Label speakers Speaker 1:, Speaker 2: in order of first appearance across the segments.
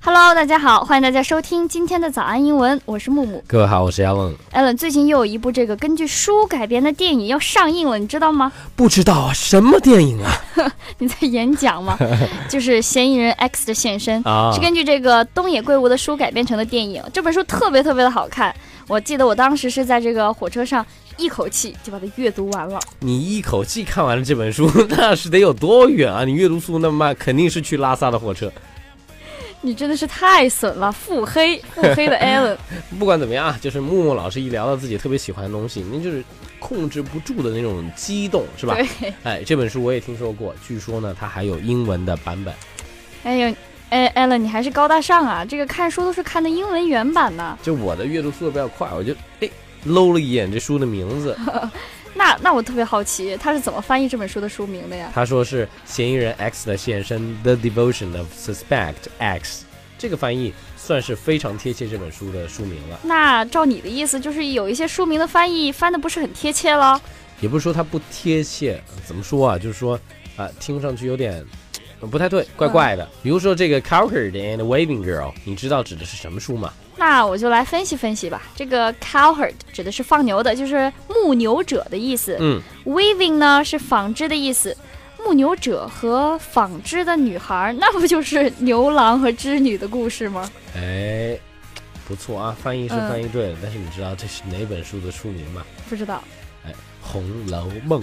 Speaker 1: Hello，大家好，欢迎大家收听今天的早安英文，我是木木。
Speaker 2: 各位好，我是 Allen。
Speaker 1: Allen，最近又有一部这个根据书改编的电影要上映了，你知道吗？
Speaker 2: 不知道啊，什么电影啊？
Speaker 1: 你在演讲吗？就是《嫌疑人 X 的现身》
Speaker 2: 啊
Speaker 1: 是根据这个东野圭吾的书改编成的电影。这本书特别特别的好看，我记得我当时是在这个火车上一口气就把它阅读完了。
Speaker 2: 你一口气看完了这本书， 那是得有多远啊？你阅读速度那么慢，肯定是去拉萨的火车。
Speaker 1: 你真的是太损了，腹黑腹黑的 Allen。
Speaker 2: 不管怎么样啊，就是木木老师一聊到自己特别喜欢的东西，那就是控制不住的那种激动，是吧？
Speaker 1: 对，
Speaker 2: 哎，这本书我也听说过，据说呢，它还有英文的版本。
Speaker 1: 哎呦，哎 Allen，你还是高大上啊！这个看书都是看的英文原版呢。
Speaker 2: 就我的阅读速度比较快，我就哎搂了一眼这书的名字，
Speaker 1: 那那我特别好奇，他是怎么翻译这本书的书名的呀？
Speaker 2: 他说是嫌疑人 X 的现身，《The Devotion of Suspect X》，这个翻译算是非常贴切这本书的书名了。
Speaker 1: 那照你的意思，就是有一些书名的翻译翻的不是很贴切了。
Speaker 2: 也不是说它不贴切，怎么说啊？就是说啊、听上去有点呃不太对，怪怪的。比如说这个《Cowherd and the Waving Girl》，你知道指的是什么书吗？
Speaker 1: 那我就来分析分析吧。这个 cowherd 指的是放牛的，就是牧牛者的意思。
Speaker 2: 嗯，
Speaker 1: Weaving 呢是纺织的意思。牧牛者和纺织的女孩，那不就是牛郎和织女的故事吗？
Speaker 2: 哎，不错啊，翻译是
Speaker 1: 嗯
Speaker 2: 翻译对了，但是你知道这是哪本书的书名吗？
Speaker 1: 不知道，
Speaker 2: 哎，《红楼梦》。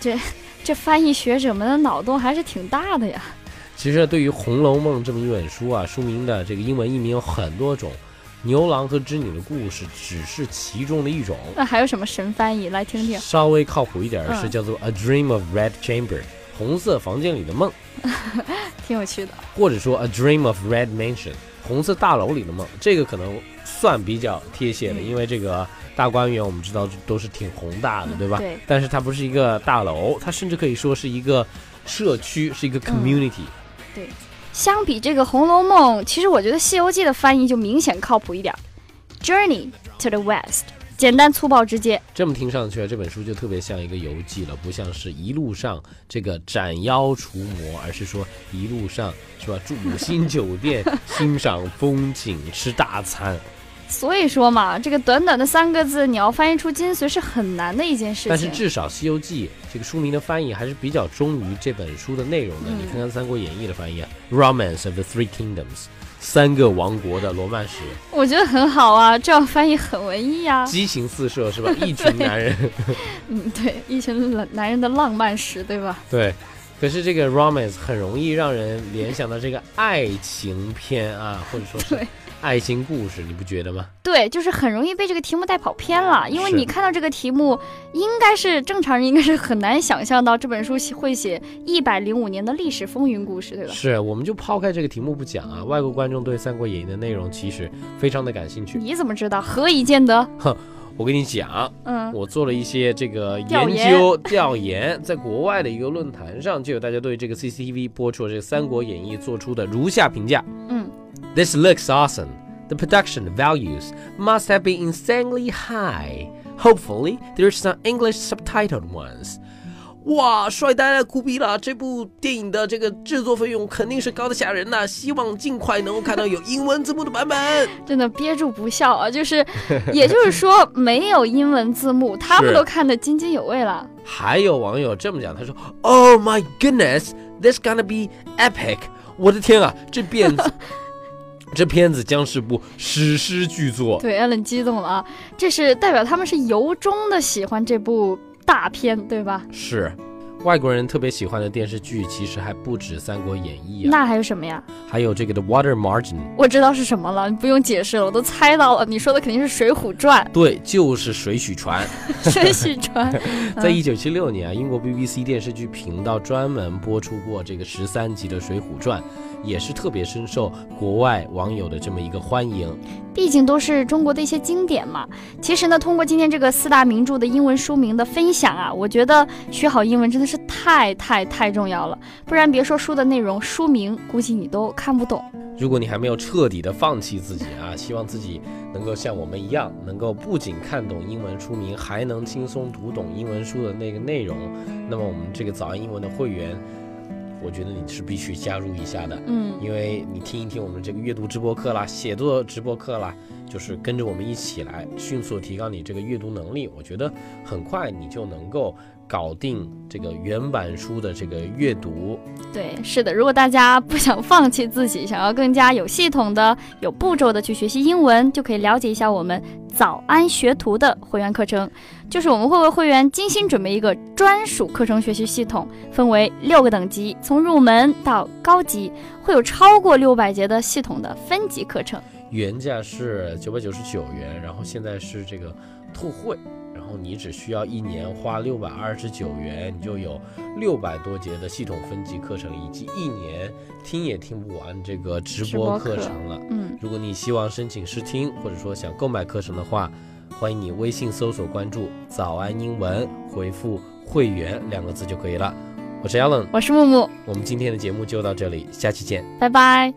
Speaker 1: 这这翻译学者们的脑洞还是挺大的呀。
Speaker 2: 其实对于《红楼梦》这么一本书啊，书名的这个英文译名有很多种，牛郎和织女的故事只是其中的一种。
Speaker 1: 那还有什么神翻译？来听听。
Speaker 2: 稍微靠谱一点儿
Speaker 1: 嗯
Speaker 2: 是叫做《A Dream of Red Chamber》，红色房间里的梦，
Speaker 1: 挺有趣的。
Speaker 2: 或者说《A Dream of Red Mansion》，红色大楼里的梦。这个可能算比较贴切的，
Speaker 1: 嗯
Speaker 2: 因为这个大观园我们知道都是挺宏大的，对吧？
Speaker 1: 对
Speaker 2: 但是它不是一个大楼，它甚至可以说是一个社区，是一
Speaker 1: 嗯
Speaker 2: 个 community。
Speaker 1: 相比这个《红楼梦》，其实我觉得《西游记》的翻译就明显靠谱一点儿，Journey to the West，简单粗暴直接。
Speaker 2: 这么听上去，啊这本书就特别像一个游记了，不像是一路上这个斩妖除魔，而是说一路上是吧，住五星酒店，欣赏风景，吃大餐。
Speaker 1: 所以说嘛，这个短短的三个字，你要翻译出精髓是很难的一件事
Speaker 2: 但是
Speaker 1: 情。
Speaker 2: 至少《西游记》这个书名的翻译还是比较忠于这本书的内容的。
Speaker 1: 嗯
Speaker 2: 你看看《三国演义》的翻译啊，《Romance of the Three Kingdoms》，三个王国的罗曼史，
Speaker 1: 我觉得很好啊，这样翻译很文艺啊。
Speaker 2: 激情四射是吧？一群男人。
Speaker 1: 嗯，对，一群男男人的浪漫史，对吧？
Speaker 2: 对，可是这个 romance 很容易让人联想到这个爱情片啊，或者说是
Speaker 1: 对
Speaker 2: 爱情故事，你不觉得吗？
Speaker 1: 对，就是很容易被这个题目带跑偏了，因为
Speaker 2: 哦是
Speaker 1: 你看到这个题目，应该是正常人应该是很难想象到这本书会写一百零五年的历史风云故事，对吧？
Speaker 2: 是，我们就抛开这个题目不讲啊，外国观众对《三国演义》的内容其实非常的感兴趣。
Speaker 1: 你怎么知道？何以见得？
Speaker 2: 我跟你讲，
Speaker 1: 嗯，
Speaker 2: 我做了一些这个
Speaker 1: 调研
Speaker 2: 研究调研，在国外的一个论坛上，就有大家对这个 CCTV 播出的这个《三国演义》做出的如下评价。
Speaker 1: 嗯
Speaker 2: This looks awesome. The production values must have been insanely high. Hopefully, there's some English subtitled ones. 哇，帅呆了，酷毙了！这部电影的这个制作费用肯定是高的吓人呐、希望尽快能够看到有英文字幕的版本。
Speaker 1: 真的憋住不笑啊，就是，也就是说没有英文字幕，他们
Speaker 2: 是
Speaker 1: 都看得津津有味了。
Speaker 2: 还有网友这么讲，他说：“Oh my goodness, this gonna be epic！” 我的天啊，这片子， 这片子将是部史诗巨作。
Speaker 1: 对，Allen 激动了啊，这是代表他们是由衷的喜欢这部大片，对吧？
Speaker 2: 是，外国人特别喜欢的电视剧其实还不止《三国演义》啊，
Speaker 1: 那还有什么呀？
Speaker 2: 还有这个的 Water Margin。
Speaker 1: 我知道是什么了，你不用解释了，我都猜到了。你说的肯定是《水浒传
Speaker 2: 对，就是水许传。》
Speaker 1: 《水浒传》
Speaker 2: 在一九七六年啊，英国 BBC 电视剧频道专门播出过这个十三集的《水浒传》，也是特别深受国外网友的这么一个欢迎。
Speaker 1: 毕竟都是中国的一些经典嘛。其实呢，通过今天这个四大名著的英文书名的分享啊，我觉得学好英文真的是太太太重要了，不然别说书的内容，书名估计你都看不懂。
Speaker 2: 如果你还没有彻底的放弃自己啊，希望自己能够像我们一样，能够不仅看懂英文书名，还能轻松读懂英文书的那个内容，那么我们这个早安英文的会员我觉得你是必须加入一下的。
Speaker 1: 嗯，
Speaker 2: 因为你听一听我们这个阅读直播课啦、写作直播课啦，就是跟着我们一起来迅速提高你这个阅读能力。我觉得很快你就能够搞定这个原版书的这个阅读。
Speaker 1: 对，是的。如果大家不想放弃自己，想要更加有系统的、有步骤的去学习英文，就可以了解一下我们早安学徒的会员课程。就是我们会为会员精心准备一个专属课程学习系统，分为六个等级，从入门到高级，会有超过六百节的系统的分级课程。
Speaker 2: 原价是九百九十九元，然后现在是这个特惠，然后你只需要一年花六百二十九元，你就有六百多节的系统分级课程，以及一年听也听不完这个直
Speaker 1: 直
Speaker 2: 播
Speaker 1: 播
Speaker 2: 课
Speaker 1: 课
Speaker 2: 程了。
Speaker 1: 嗯，
Speaker 2: 如果你希望申请试听，或者说想购买课程的话，欢迎你微信搜索关注“早安英文”，回复“会员”两个字就可以了。我是 Allen，
Speaker 1: 我是木木，
Speaker 2: 我们今天的节目就到这里，下期见。
Speaker 1: 拜拜。